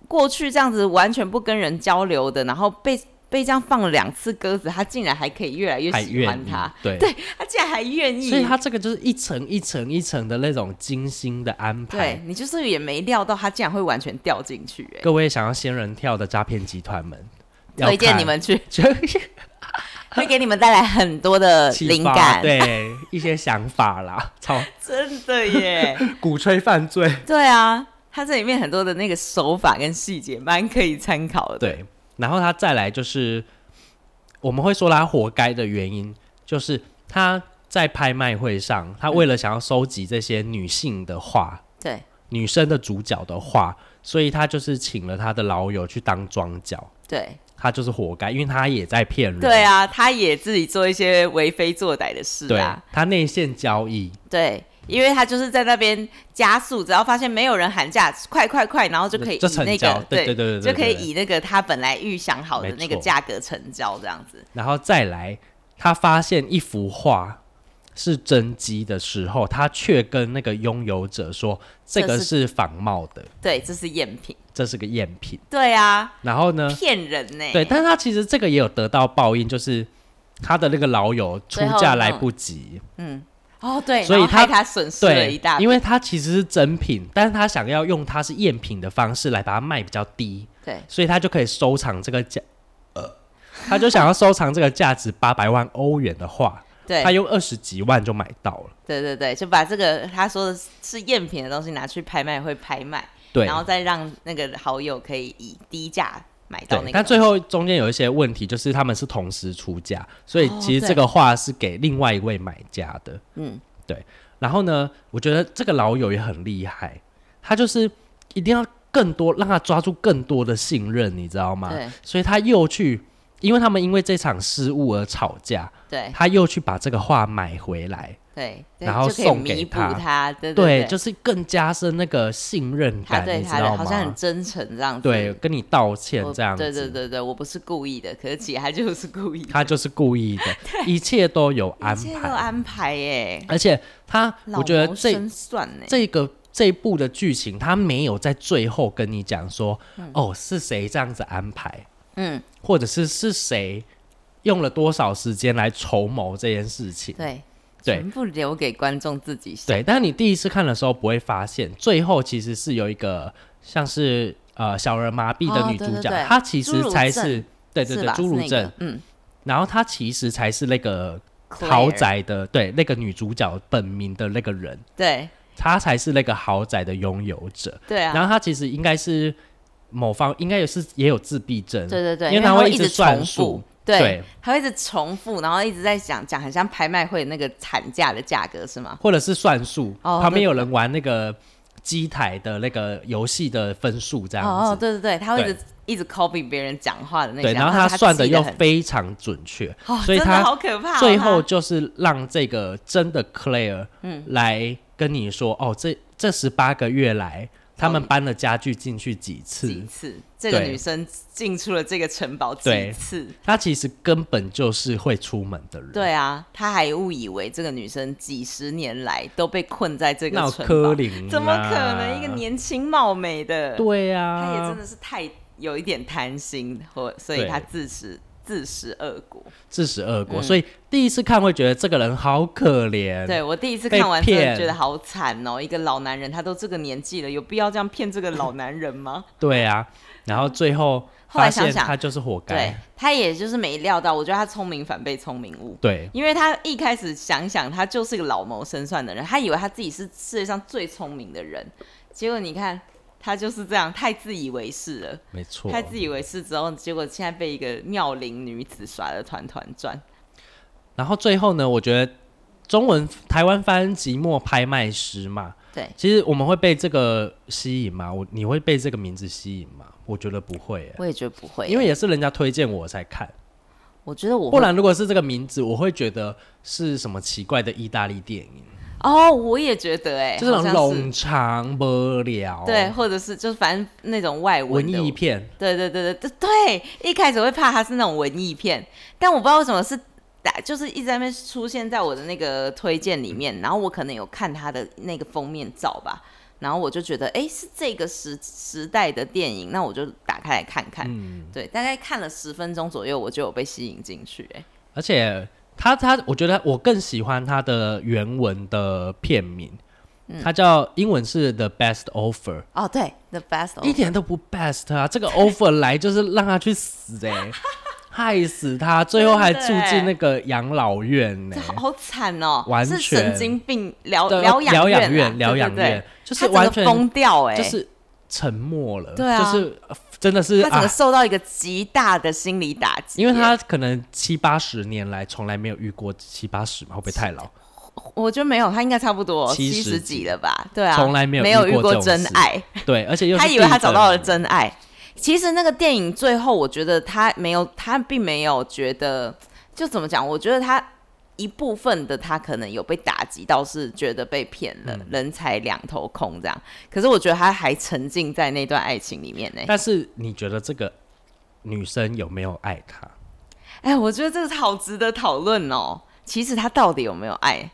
Speaker 2: 过去这样子完全不跟人交流的，然后被被这样放了两次鸽子，他竟然还可以越来越
Speaker 1: 还
Speaker 2: 喜
Speaker 1: 愿
Speaker 2: 欢
Speaker 1: 意
Speaker 2: 他，，
Speaker 1: 对
Speaker 2: 对他竟然还愿意。
Speaker 1: 所以他这个就是一层一层一层的那种精心的安
Speaker 2: 对
Speaker 1: 排。
Speaker 2: 你就是也没料到他竟然会完全掉进去、哎，
Speaker 1: 各位想要仙人跳的诈骗集团们，要
Speaker 2: 推荐
Speaker 1: 看
Speaker 2: 你们去，
Speaker 1: 就
Speaker 2: 会给你们带来很多的
Speaker 1: 启
Speaker 2: 呃灵
Speaker 1: 发
Speaker 2: 感，
Speaker 1: 对一些想法啦， 操，
Speaker 2: 真的 耶，
Speaker 1: 鼓吹犯罪，
Speaker 2: 对啊。他这里面很多的那个手法跟细节，蛮可以参考的。，
Speaker 1: 对。然后他再来就是，我们会说他活该的原因，就是他在拍卖会上，他为了想要收集这些女性的画，
Speaker 2: 对
Speaker 1: 女生的主角的画，所以他就是请了他的老友去当庄脚，
Speaker 2: 对
Speaker 1: 他就是活该，因为他也在骗人。
Speaker 2: 对啊，他也自己做一些为非作歹的事
Speaker 1: 对
Speaker 2: 啊。
Speaker 1: 他内线交易，
Speaker 2: 对，因为他就是在那边加速，只要发现没有人喊价，快快快，然后就可以
Speaker 1: 就
Speaker 2: 以
Speaker 1: 成
Speaker 2: 那
Speaker 1: 交
Speaker 2: 个
Speaker 1: 对对对对对
Speaker 2: 就可以
Speaker 1: 对对
Speaker 2: 以那个他本来预想好的
Speaker 1: 没
Speaker 2: 那个
Speaker 1: 错
Speaker 2: 价格成交这样子。
Speaker 1: 然后再来，他发现一幅画是真迹的时候，他却跟那个拥有者说这个是仿冒的，
Speaker 2: 对，这是赝品。
Speaker 1: 这是个赝品。
Speaker 2: 对啊，
Speaker 1: 然后呢，
Speaker 2: 骗人呢、
Speaker 1: 呃对，但是他其实这个也有得到报应，就是他的那个老友出
Speaker 2: 最后
Speaker 1: 价
Speaker 2: 呢
Speaker 1: 来不及，
Speaker 2: 哦对，
Speaker 1: 所以
Speaker 2: 然后害
Speaker 1: 他
Speaker 2: 他损失了一
Speaker 1: 对
Speaker 2: 大，笔，
Speaker 1: 因为他其实是真品，但是他想要用它是赝品的方式来把它卖比较低，
Speaker 2: 对
Speaker 1: 所以他就可以收藏这个价， 呃，他就想要收藏这个价值八百万欧元的画，他
Speaker 2: 对
Speaker 1: 用二十几万就买到了。
Speaker 2: 对对对，就把这个他说的是赝品的东西拿去拍卖会拍卖，
Speaker 1: 对，
Speaker 2: 然后再让那个好友可以以低价买到那
Speaker 1: 对
Speaker 2: 个，
Speaker 1: 但
Speaker 2: 东西。
Speaker 1: 最后中间有一些问题，就是他们是同时出价，所以
Speaker 2: 哦
Speaker 1: 其实这
Speaker 2: 对
Speaker 1: 个画是给另外一位买家的。
Speaker 2: 嗯，
Speaker 1: 对。然后呢，我觉得这个老友也很厉害，他就是一定要更多让他抓住更多的信任，你知道吗？
Speaker 2: 对
Speaker 1: 所以他又去，因为他们因为这场失误而吵架，
Speaker 2: 对
Speaker 1: 他又去把这个画买回来，
Speaker 2: 对，对
Speaker 1: 然后
Speaker 2: 就可以
Speaker 1: 送给
Speaker 2: 弥补
Speaker 1: 他
Speaker 2: 他，对对，
Speaker 1: 就是更加深那个信任
Speaker 2: 他
Speaker 1: 感，
Speaker 2: 对
Speaker 1: 你知
Speaker 2: 他的
Speaker 1: 道
Speaker 2: 好像很
Speaker 1: 吗？
Speaker 2: 真诚这样子，
Speaker 1: 对，跟你道歉
Speaker 2: 我
Speaker 1: 这样子，
Speaker 2: 对对对对，我不是故意的，可是其实他就是故意的，
Speaker 1: 他就是故意 的，一切都有安
Speaker 2: 一切
Speaker 1: 排，
Speaker 2: 都安排耶，
Speaker 1: 而且他，
Speaker 2: 老
Speaker 1: 我觉得
Speaker 2: 谋
Speaker 1: 这
Speaker 2: 深算呢，
Speaker 1: 这个这一部的剧情，他没有在最后跟你讲说，哦，是谁这样子安排，
Speaker 2: 嗯，
Speaker 1: 或者是是谁用了多少时间来筹谋这件事情，
Speaker 2: 对，
Speaker 1: 对
Speaker 2: 全部留给观众自己想。
Speaker 1: 对，但是你第一次看的时候不会发现，最后其实是有一个像是呃小儿麻痹的
Speaker 2: 哦
Speaker 1: 女主
Speaker 2: 对对
Speaker 1: 角，
Speaker 2: 对
Speaker 1: 她其实才是
Speaker 2: 侏儒症
Speaker 1: 对对
Speaker 2: 是
Speaker 1: 对
Speaker 2: 吧
Speaker 1: 侏儒
Speaker 2: 是那
Speaker 1: 症
Speaker 2: 个，嗯，
Speaker 1: 然后她其实才是那个
Speaker 2: Claire
Speaker 1: 豪宅的对那个女主角本名的那个人，
Speaker 2: 对
Speaker 1: 她才是那个豪宅的拥有者。
Speaker 2: 对啊，
Speaker 1: 然后她其实应该是某方应该也是也有自闭症，
Speaker 2: 对对对，
Speaker 1: 因为
Speaker 2: 他
Speaker 1: 会
Speaker 2: 一
Speaker 1: 直
Speaker 2: 重
Speaker 1: 算
Speaker 2: 复
Speaker 1: 数，，
Speaker 2: 对
Speaker 1: 对，
Speaker 2: 他会一直重复，然后一直在讲讲，很像拍卖会那个产价的价格是吗？
Speaker 1: 或者是算术，
Speaker 2: 哦
Speaker 1: 旁
Speaker 2: 对
Speaker 1: 边有人玩那个机台的那个游戏的分数这样子。
Speaker 2: 哦哦，对对对，他会一直一直 copy 别人讲话的那些，
Speaker 1: 对，然后
Speaker 2: 他
Speaker 1: 他算的
Speaker 2: 记
Speaker 1: 又
Speaker 2: 得很
Speaker 1: 非常准确，
Speaker 2: 哦
Speaker 1: 所以
Speaker 2: 真的
Speaker 1: 他
Speaker 2: 好可怕哦，
Speaker 1: 最
Speaker 2: 他
Speaker 1: 后就是让这个真的 Claire
Speaker 2: 嗯
Speaker 1: 来跟你说，哦，这这十八个月来，他们搬了家具进去几
Speaker 2: 几
Speaker 1: 次，
Speaker 2: 次，这个
Speaker 1: 对
Speaker 2: 女生进出了这个城堡几
Speaker 1: 对
Speaker 2: 次？
Speaker 1: 他其实根本就是会出门的人，，
Speaker 2: 对啊，他还误以为这个女生几十年来都被困在这个
Speaker 1: 那有
Speaker 2: 城
Speaker 1: 柯
Speaker 2: 堡，
Speaker 1: 林
Speaker 2: 怎么可
Speaker 1: 啦
Speaker 2: 能？一个年轻貌美的，
Speaker 1: 对啊，
Speaker 2: 他也真的是太有一点贪心，或所以
Speaker 1: 对
Speaker 2: 他自食自食恶果。
Speaker 1: 自食恶果，所以第一次看会觉得这个人好可怜，
Speaker 2: 嗯对我第一次
Speaker 1: 被
Speaker 2: 看完真的
Speaker 1: 骗
Speaker 2: 觉得好惨哦，一个老男人，他都这个年纪了，有必要这样骗这个老男 人吗？
Speaker 1: 对啊，然后最后
Speaker 2: 后来
Speaker 1: 发
Speaker 2: 想
Speaker 1: 现
Speaker 2: 想
Speaker 1: 他就是活
Speaker 2: 对
Speaker 1: 该，
Speaker 2: 他也就是没料到，我觉得他聪明反被聪明误。
Speaker 1: 对
Speaker 2: 因为他一开始想想，他就是个老谋深算的人，他以为他自己是世界上最聪明的人，结果你看他就是这样，太自以为是了。
Speaker 1: 没错，
Speaker 2: 太自以为是之后，结果现在被一个妙龄女子耍的团团转。
Speaker 1: 然后最后呢，我觉得中文台湾翻《寂寞拍卖师》嘛，
Speaker 2: 对，
Speaker 1: 其实我们会被这个吸引吗？我你会被这个名字吸引吗？我觉得不会耶、
Speaker 2: 我也觉得不会，
Speaker 1: 因为也是人家推荐我才看，
Speaker 2: 我觉得我
Speaker 1: 不
Speaker 2: 会
Speaker 1: 然如果是这个名字，我会觉得是什么奇怪的意大利电影，
Speaker 2: 哦，我也觉得哎、
Speaker 1: 就是那
Speaker 2: 好像
Speaker 1: 种冗长无聊，
Speaker 2: 对，，或者是就是反正那种外文
Speaker 1: 文
Speaker 2: 的
Speaker 1: 艺片，
Speaker 2: 对对对对对对，一开始会怕它是那种文艺片，但我不知道为什么是打，就是一直在那边出现在我的那个推荐里面，然后我可能有看它的那个封面照吧，然后我就觉得哎是这个时时代的电影，那我就打开来看看。
Speaker 1: 嗯，
Speaker 2: 对，大概看了十分钟左右，我就有被吸引进去、哎，
Speaker 1: 而且他他，我觉得我更喜欢他的原文的片名，
Speaker 2: 嗯
Speaker 1: 它叫英文是 The Best Offer。
Speaker 2: 哦，对，The Best，哦
Speaker 1: 一点都不 best 啊！这个 offer 来就是让他去死哎、 害死他，最后还住进那个养老院呢、
Speaker 2: 这好好惨哦，
Speaker 1: 完
Speaker 2: 是
Speaker 1: 全
Speaker 2: 神经病疗
Speaker 1: 对
Speaker 2: 疗
Speaker 1: 疗
Speaker 2: 院啊，
Speaker 1: 养院，疗养
Speaker 2: 对对对
Speaker 1: 院，就
Speaker 2: 他
Speaker 1: 是
Speaker 2: 整个
Speaker 1: 完全
Speaker 2: 疯掉哎、
Speaker 1: 就是沉默了，
Speaker 2: 对啊
Speaker 1: 就是呃真的是
Speaker 2: 他整
Speaker 1: 啊
Speaker 2: 个，受到一个极大的心理打击，
Speaker 1: 因为他可能七八十年来从来没有遇过七八十嘛，会不会太 老？
Speaker 2: 我觉得没有，他应该差不多
Speaker 1: 70
Speaker 2: 七十几了吧？对啊，
Speaker 1: 从来没有
Speaker 2: 没有
Speaker 1: 遇
Speaker 2: 遇
Speaker 1: 过
Speaker 2: 过
Speaker 1: 这种
Speaker 2: 真
Speaker 1: 事
Speaker 2: 爱，
Speaker 1: 对，而且又是
Speaker 2: 他以为他
Speaker 1: 地
Speaker 2: 找到了
Speaker 1: 震
Speaker 2: 真爱。其实那个电影最后，我觉得他没有，他并没有觉得，就怎么讲？我觉得他一部分的他可能有被打击到，是觉得被骗了，
Speaker 1: 嗯
Speaker 2: 人财两头空这样。可是我觉得他还沉浸在那段爱情里面呢、
Speaker 1: 但是你觉得这个女生有没有爱他？
Speaker 2: 哎，我觉得这个好值得讨论哦。其实他到底有没有爱？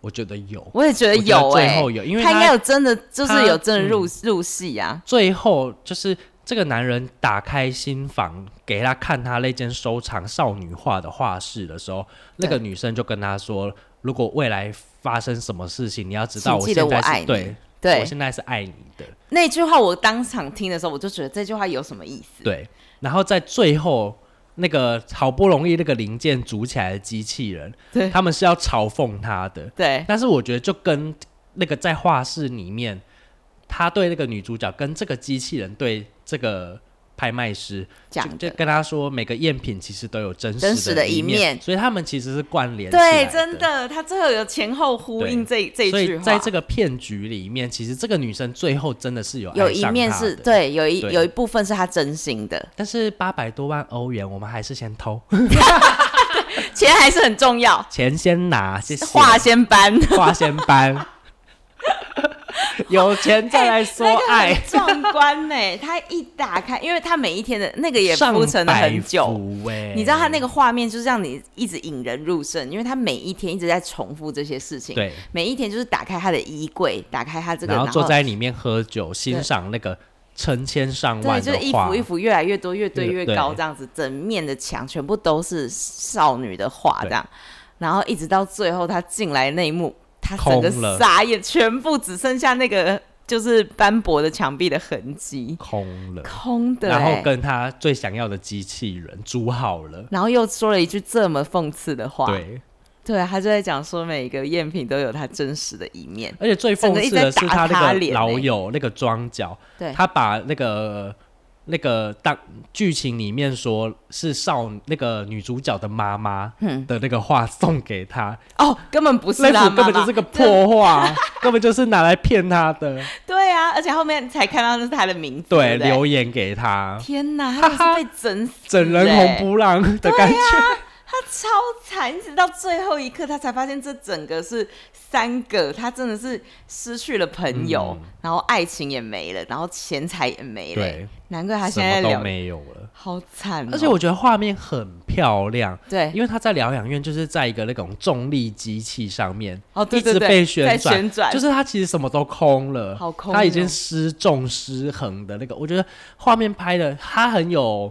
Speaker 1: 我觉得有，
Speaker 2: 我也觉得
Speaker 1: 我觉得
Speaker 2: 有哎、
Speaker 1: 最后有因为
Speaker 2: 他应
Speaker 1: 他
Speaker 2: 该有真的就是
Speaker 1: 他嗯
Speaker 2: 有真的入、入戏啊。
Speaker 1: 最后就是这个男人打开心房，给他看他那间收藏少女画的画室的时候，那个女生就跟他说：“如果未来发生什么事情，你要知道
Speaker 2: 请
Speaker 1: 我
Speaker 2: 记得
Speaker 1: 现在
Speaker 2: 我爱
Speaker 1: 是
Speaker 2: 你
Speaker 1: 对，
Speaker 2: 对
Speaker 1: 我，现在是爱你的。
Speaker 2: 那句话我当场听的时候，我就觉得这句话有什么意思？”
Speaker 1: 对，然后在最后。那个好不容易那个零件组起来的机器人
Speaker 2: 对，
Speaker 1: 他们是要嘲讽他的，
Speaker 2: 对
Speaker 1: 但是我觉得就跟那个在画室里面，他对那个女主角跟这个机器人对这个拍卖师
Speaker 2: 讲
Speaker 1: 就就
Speaker 2: 的，
Speaker 1: 跟他说，每个赝品其实都有真
Speaker 2: 真实
Speaker 1: 实
Speaker 2: 的一
Speaker 1: 一
Speaker 2: 面
Speaker 1: 所以他们其实是关联起来
Speaker 2: 对，真
Speaker 1: 的。
Speaker 2: 的，他最后有前后呼应这这
Speaker 1: 所
Speaker 2: 句
Speaker 1: 以
Speaker 2: 话。
Speaker 1: 在这个骗局里面，其实这个女生最后真的是有
Speaker 2: 有
Speaker 1: 爱
Speaker 2: 一
Speaker 1: 上
Speaker 2: 面
Speaker 1: 他
Speaker 2: 是
Speaker 1: 的，
Speaker 2: 对，有一
Speaker 1: 对
Speaker 2: 有一部分是他真心的，
Speaker 1: 但是八百多万欧元，我们还是先偷，
Speaker 2: 钱还是很重要，
Speaker 1: 钱先拿，谢谢。
Speaker 2: 话 先搬。
Speaker 1: 话先 搬，有钱再来说爱。
Speaker 2: 哎那个很壮观呢、他一打开，因为他每一天的那个也
Speaker 1: 上
Speaker 2: 铺陈了
Speaker 1: 百
Speaker 2: 很久，
Speaker 1: 幅欸
Speaker 2: 你知道他那个画面就是让你一直引人入胜，因为他每一天一直在重复这些事情，
Speaker 1: 对，
Speaker 2: 每一天就是打开他的衣柜，打开他这个，
Speaker 1: 然
Speaker 2: 然
Speaker 1: 后坐在里面喝酒，欣赏那个成千上
Speaker 2: 对，
Speaker 1: 万
Speaker 2: 就
Speaker 1: 的
Speaker 2: 是一
Speaker 1: 画
Speaker 2: 幅，一幅越来越多，越堆
Speaker 1: 对
Speaker 2: 越
Speaker 1: 对
Speaker 2: 高，这样子，整面的墙全部都是少女的画，
Speaker 1: 对
Speaker 2: 这样。然后一直到最后他进来那一幕，他整个
Speaker 1: 空了
Speaker 2: 傻眼，全部只剩下那个就是斑驳的墙壁的痕迹，
Speaker 1: 空了，
Speaker 2: 空的、欸。
Speaker 1: 然后跟他最想要的机器人煮好了，
Speaker 2: 然后又说了一句这么讽刺的话，
Speaker 1: 对，
Speaker 2: 对他就在讲说每一个赝品都有它真实的一面，
Speaker 1: 而且最讽刺的是他
Speaker 2: 整个一直在打他
Speaker 1: 那个
Speaker 2: 脸
Speaker 1: 老
Speaker 2: 欸
Speaker 1: 友那个庄脚，
Speaker 2: 对
Speaker 1: 他把那个那个当剧情里面说是少那个女主角的妈妈的那个话送给他，
Speaker 2: 哦，根本嗯不是
Speaker 1: 那
Speaker 2: 啦，
Speaker 1: 幅根本
Speaker 2: 妈
Speaker 1: 就
Speaker 2: 妈
Speaker 1: 是个破 话，根本就是拿来骗他的，
Speaker 2: 对啊，而且后面才看到那是他的名字，
Speaker 1: 对，
Speaker 2: 对不对，
Speaker 1: 留言给他，
Speaker 2: 天哪，他
Speaker 1: 哈哈
Speaker 2: 就是被整死、欸，
Speaker 1: 整人红不让的
Speaker 2: 啊
Speaker 1: 感觉，
Speaker 2: 他超惨，一直到最后一刻，他才发现这整个是三个，他真的是失去了朋友，然后爱情也没了，然后钱财也没了，
Speaker 1: 嗯对，
Speaker 2: 难怪他
Speaker 1: 什
Speaker 2: 现在
Speaker 1: 么都
Speaker 2: 聊
Speaker 1: 没有了。
Speaker 2: 好惨哦、
Speaker 1: 而且我觉得画面很漂亮，
Speaker 2: 对
Speaker 1: 因为他在疗养院就是在一个那种重力机器上面，
Speaker 2: 哦对
Speaker 1: 一
Speaker 2: 对
Speaker 1: 直
Speaker 2: 对
Speaker 1: 被
Speaker 2: 在
Speaker 1: 旋转，
Speaker 2: 旋转
Speaker 1: 就是他其实什么都空了，
Speaker 2: 好空
Speaker 1: 他已
Speaker 2: 哦
Speaker 1: 经失重失衡的那个，我觉得画面拍的他很有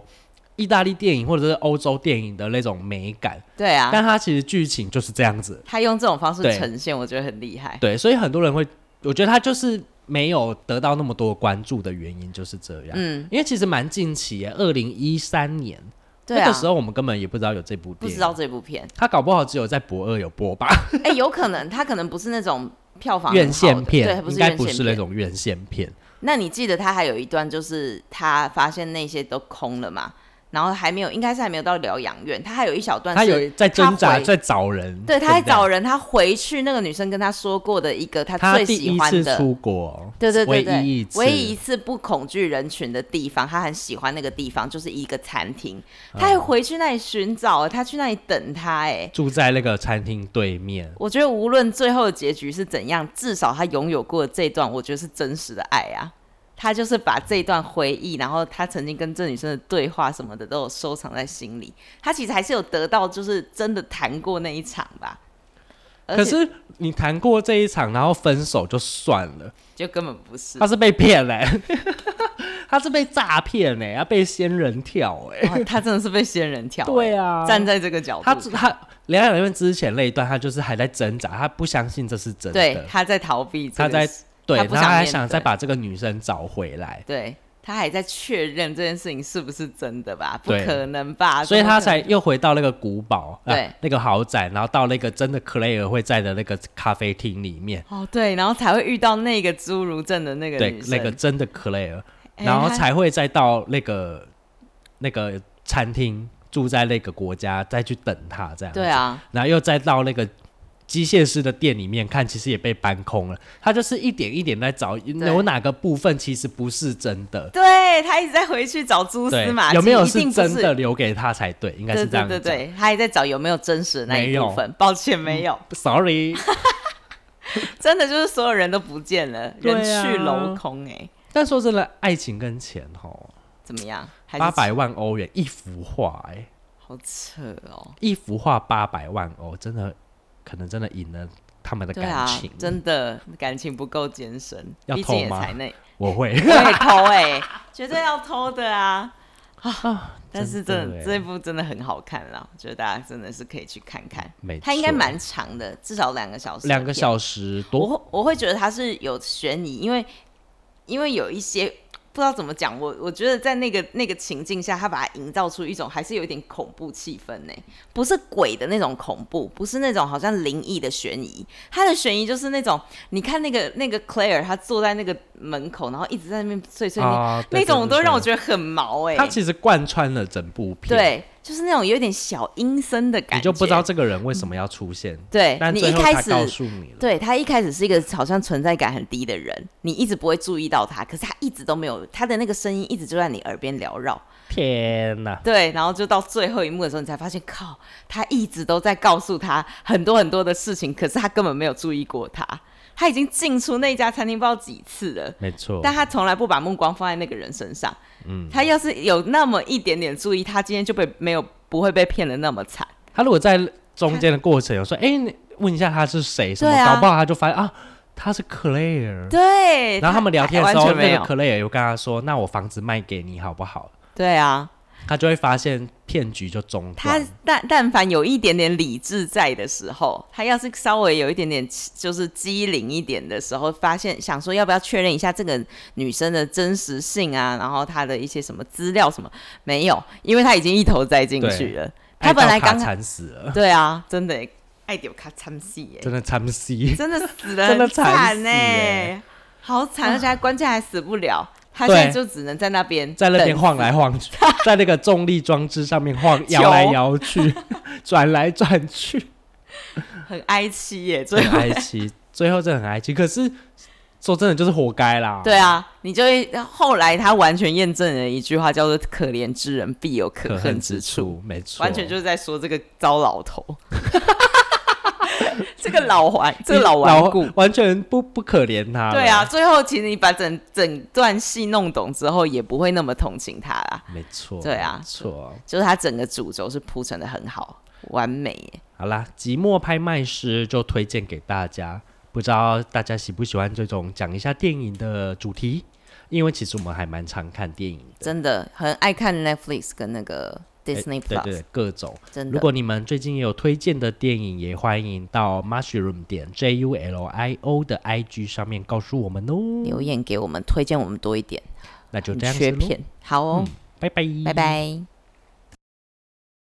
Speaker 1: 意大利电影或者是欧洲电影的那种美感，
Speaker 2: 对啊，
Speaker 1: 但他其实剧情就是这样子，
Speaker 2: 他用这种方式
Speaker 1: 对
Speaker 2: 呈现，我觉得很厉害。
Speaker 1: 对，所以很多人会，我觉得他就是没有得到那么多关注的原因就是这样，
Speaker 2: 嗯，
Speaker 1: 因为其实蛮近期耶，二零一三年。
Speaker 2: 对啊，
Speaker 1: 那个时候我们根本也不知道有这部
Speaker 2: 不
Speaker 1: 电影，
Speaker 2: 知道这 部片，
Speaker 1: 他搞不好只有在博二有播吧，
Speaker 2: 哎、有可能他可能不是那种票房很好
Speaker 1: 院
Speaker 2: 的
Speaker 1: 线
Speaker 2: 对，
Speaker 1: 片
Speaker 2: 它不
Speaker 1: 应
Speaker 2: 是
Speaker 1: 该
Speaker 2: 院
Speaker 1: 不
Speaker 2: 线
Speaker 1: 是
Speaker 2: 片
Speaker 1: 那。种院线片，
Speaker 2: 那你记得他还有一段，就是他发现那些都空了嘛，然后还没有，应该是还没有到疗养院，他还有一小段
Speaker 1: 他
Speaker 2: 嗯是
Speaker 1: 有在挣扎，
Speaker 2: 他回
Speaker 1: 在找人，
Speaker 2: 对，
Speaker 1: 不
Speaker 2: 他还找人，他回去那个女生跟他说过的一个他
Speaker 1: 他
Speaker 2: 最
Speaker 1: 第
Speaker 2: 喜
Speaker 1: 一
Speaker 2: 欢
Speaker 1: 次
Speaker 2: 的，
Speaker 1: 出国，
Speaker 2: 对对对对，
Speaker 1: 唯一一次，
Speaker 2: 唯一一次不恐惧人群的地方，他很喜欢那个地方，就是一个餐厅，
Speaker 1: 嗯
Speaker 2: 他还回去那里寻找，他去那里等他，哎。
Speaker 1: 住在那个餐厅对面，
Speaker 2: 我觉得无论最后的结局是怎样，至少他拥有过这段，我觉得是真实的爱啊。他就是把这段回忆，然后他曾经跟这女生的对话什么的都有收藏在心里。他其实还是有得到，就是真的谈过那一场吧。而
Speaker 1: 可
Speaker 2: 且
Speaker 1: 是你谈过这一场，然后分手就算了，
Speaker 2: 就根本不是
Speaker 1: 他，是被骗嘞、 他是被诈骗嘞，他被仙人跳哎、
Speaker 2: 哇他真的是被仙人跳、
Speaker 1: 对啊，
Speaker 2: 站在这个角度，
Speaker 1: 他他疗养院之前那一段，他就是还在挣扎，他不相信这是真的，
Speaker 2: 对他在逃避这个
Speaker 1: 他在
Speaker 2: 事，
Speaker 1: 对，
Speaker 2: 他
Speaker 1: 然
Speaker 2: 不
Speaker 1: 后
Speaker 2: 想
Speaker 1: 还
Speaker 2: 面
Speaker 1: 想再
Speaker 2: 对
Speaker 1: 把这个女生找回来，
Speaker 2: 对他还在确认这件事情是不是真的吧？不
Speaker 1: 对
Speaker 2: 可能吧？
Speaker 1: 所以
Speaker 2: 怎么
Speaker 1: 他
Speaker 2: 可能
Speaker 1: 才又回到那个古堡，啊
Speaker 2: 对
Speaker 1: 那个豪宅，然后到那个真的克雷尔会在的那个咖啡厅里面，
Speaker 2: 哦，对，然后才会遇到那个侏儒症的那个
Speaker 1: 对
Speaker 2: 女，
Speaker 1: 那
Speaker 2: 生，
Speaker 1: 个真的克雷尔，
Speaker 2: 哎
Speaker 1: 然后
Speaker 2: 她
Speaker 1: 才会再到那个那个餐厅，住在那个国家，再去等他这样。
Speaker 2: 对，啊，
Speaker 1: 然后又再到那个。机械师的店里面看，其实也被搬空了。他就是一点一点在找，有哪个部分其实不是真的，
Speaker 2: 对他一直在回去找蛛
Speaker 1: 对
Speaker 2: 丝马，迹，
Speaker 1: 有没有
Speaker 2: 一定不
Speaker 1: 真的
Speaker 2: 是？
Speaker 1: 留给他才对？应该
Speaker 2: 对
Speaker 1: 是这
Speaker 2: 对
Speaker 1: 样
Speaker 2: 对
Speaker 1: 讲。
Speaker 2: 对，他还在找有没有真实的那
Speaker 1: 没
Speaker 2: 一
Speaker 1: 有嗯
Speaker 2: 部分。抱歉，没有，
Speaker 1: Sorry，
Speaker 2: 真的就是所有人都不见了，
Speaker 1: 对
Speaker 2: 人去
Speaker 1: 啊
Speaker 2: 楼空、哎，
Speaker 1: 但说真的，爱情跟钱吼，
Speaker 2: 怎么样？还是
Speaker 1: 八百万欧元一幅画、哎，
Speaker 2: 好扯哦。
Speaker 1: 一幅画八百万欧，真的可能真的赢了他们的
Speaker 2: 对
Speaker 1: 感
Speaker 2: 啊
Speaker 1: 情。，
Speaker 2: 真的感情不够艰深，
Speaker 1: 要
Speaker 2: 毕竟
Speaker 1: 偷
Speaker 2: 也
Speaker 1: 吗
Speaker 2: 才那，
Speaker 1: 我会
Speaker 2: 我也偷哎、绝对要偷的啊！
Speaker 1: 啊，
Speaker 2: 但是真的
Speaker 1: 哎
Speaker 2: 这部真的很好看啦，我觉得大家真的是可以去看看。
Speaker 1: 没错，
Speaker 2: 它应该蛮长的，至少两个小时。
Speaker 1: 两个小时
Speaker 2: 我
Speaker 1: 多。
Speaker 2: 会我会觉得它是有悬疑，因为因为有一些不知道怎么讲，我我觉得在那个那个情境下，他把它营造出一种还是有一点恐怖气氛呢，不是鬼的那种恐怖，不是那种好像灵异的悬疑，它的悬疑就是那种你看那个那个 Claire，她坐在那个门口，然后一直在那边碎碎念，
Speaker 1: 啊，
Speaker 2: 那种都让我
Speaker 1: 得，
Speaker 2: 觉得很毛哎、
Speaker 1: 他其实贯穿了整部片，，
Speaker 2: 对，就是那种有点小阴森的感觉，嗯
Speaker 1: 你就不知道这个人为什么要出现，
Speaker 2: 对
Speaker 1: 但
Speaker 2: 你
Speaker 1: 最
Speaker 2: 一
Speaker 1: 后
Speaker 2: 开
Speaker 1: 他
Speaker 2: 始
Speaker 1: 告诉你了，
Speaker 2: 对他一开始是一个好像存在感很低的人，你一直不会注意到他，可是他一直都没有，他的那个声音一直就在你耳边缭绕。
Speaker 1: 天哪，
Speaker 2: 对，然后就到最后一幕的时候，你才发现，靠，他一直都在告诉他很多很多的事情，可是他根本没有注意过他。他已经进出那家餐厅不知道几次了，
Speaker 1: 没错，
Speaker 2: 但他从来不把目光放在那个人身上。嗯，他要是有那么一点点注意，他今天就被没有不会被骗的那么惨。
Speaker 1: 他如果在中间的过程有说，哎、你问一下他是谁什么，
Speaker 2: 对啊
Speaker 1: 搞不好他就发现啊，他是 Claire。
Speaker 2: 对，
Speaker 1: 然后他们聊天的时
Speaker 2: 哎完
Speaker 1: 候，
Speaker 2: 全没
Speaker 1: 那个
Speaker 2: 有。
Speaker 1: Claire 有跟他说：“那我房子卖给你好不好
Speaker 2: 对啊，？”
Speaker 1: 他就会发现骗局就中
Speaker 2: 他
Speaker 1: 断。
Speaker 2: 但但凡有一点点理智在的时候，他要是稍微有一点点就是机灵一点的时候，发现想说要不要确认一下这个女生的真实性啊，然后她的一些什么资料什么没有，因为他已经一头栽进去了。他本来刚
Speaker 1: 惨死了，
Speaker 2: 对啊，真的爱丢卡惨死耶，
Speaker 1: 真的惨死。 对
Speaker 2: 真的死了
Speaker 1: 真的
Speaker 2: 很
Speaker 1: 惨
Speaker 2: 惨
Speaker 1: 死
Speaker 2: 呢、
Speaker 1: 耶
Speaker 2: 好惨，而且还关键还死不了，他现
Speaker 1: 对
Speaker 2: 在就只能在那边
Speaker 1: 在那边
Speaker 2: 等
Speaker 1: 晃来晃 去，在那个重力装置上面晃，摇来摇 去，转来转去，
Speaker 2: 很哀戚耶，最
Speaker 1: 很
Speaker 2: 后
Speaker 1: 哀戚。最后真的很哀戚，可是说真的就是活该啦。
Speaker 2: 对，啊，你就会后来他完全验证了一句话，叫做“可怜之人必有可
Speaker 1: 可
Speaker 2: 恨
Speaker 1: 恨
Speaker 2: 之
Speaker 1: 之
Speaker 2: 处
Speaker 1: 处，没”，错，
Speaker 2: 完全就是在说这个糟老 头，这个老顽，这个老顽
Speaker 1: 老
Speaker 2: 固。
Speaker 1: 完全不不可怜他。
Speaker 2: 对啊，，最后其实你把整整段戏弄懂之后，也不会那么同情他啦。
Speaker 1: 没错，
Speaker 2: 对啊
Speaker 1: 没错。
Speaker 2: 就是他整个主轴是铺陈的很好，完美耶。
Speaker 1: 好啦，即墨拍卖师就推荐给大家，不知道大家喜不喜欢这种讲一下电影的主题？因为其实我们还蛮常看电影的，
Speaker 2: 真的很爱看 Netflix 跟那个
Speaker 1: 哎对
Speaker 2: Disney Plus，、
Speaker 1: 对对各种。
Speaker 2: 真
Speaker 1: 如
Speaker 2: 的。
Speaker 1: 果你们最近也有推荐的电影，也欢迎到 mushroom 点 j u l i o 的 i g 上面告诉我们哦。
Speaker 2: 留言给我们，推荐我们多一点，
Speaker 1: 那就
Speaker 2: 很
Speaker 1: 这样子
Speaker 2: 缺
Speaker 1: 咯，嗯
Speaker 2: 片。好哦，
Speaker 1: 拜拜，
Speaker 2: 拜。拜。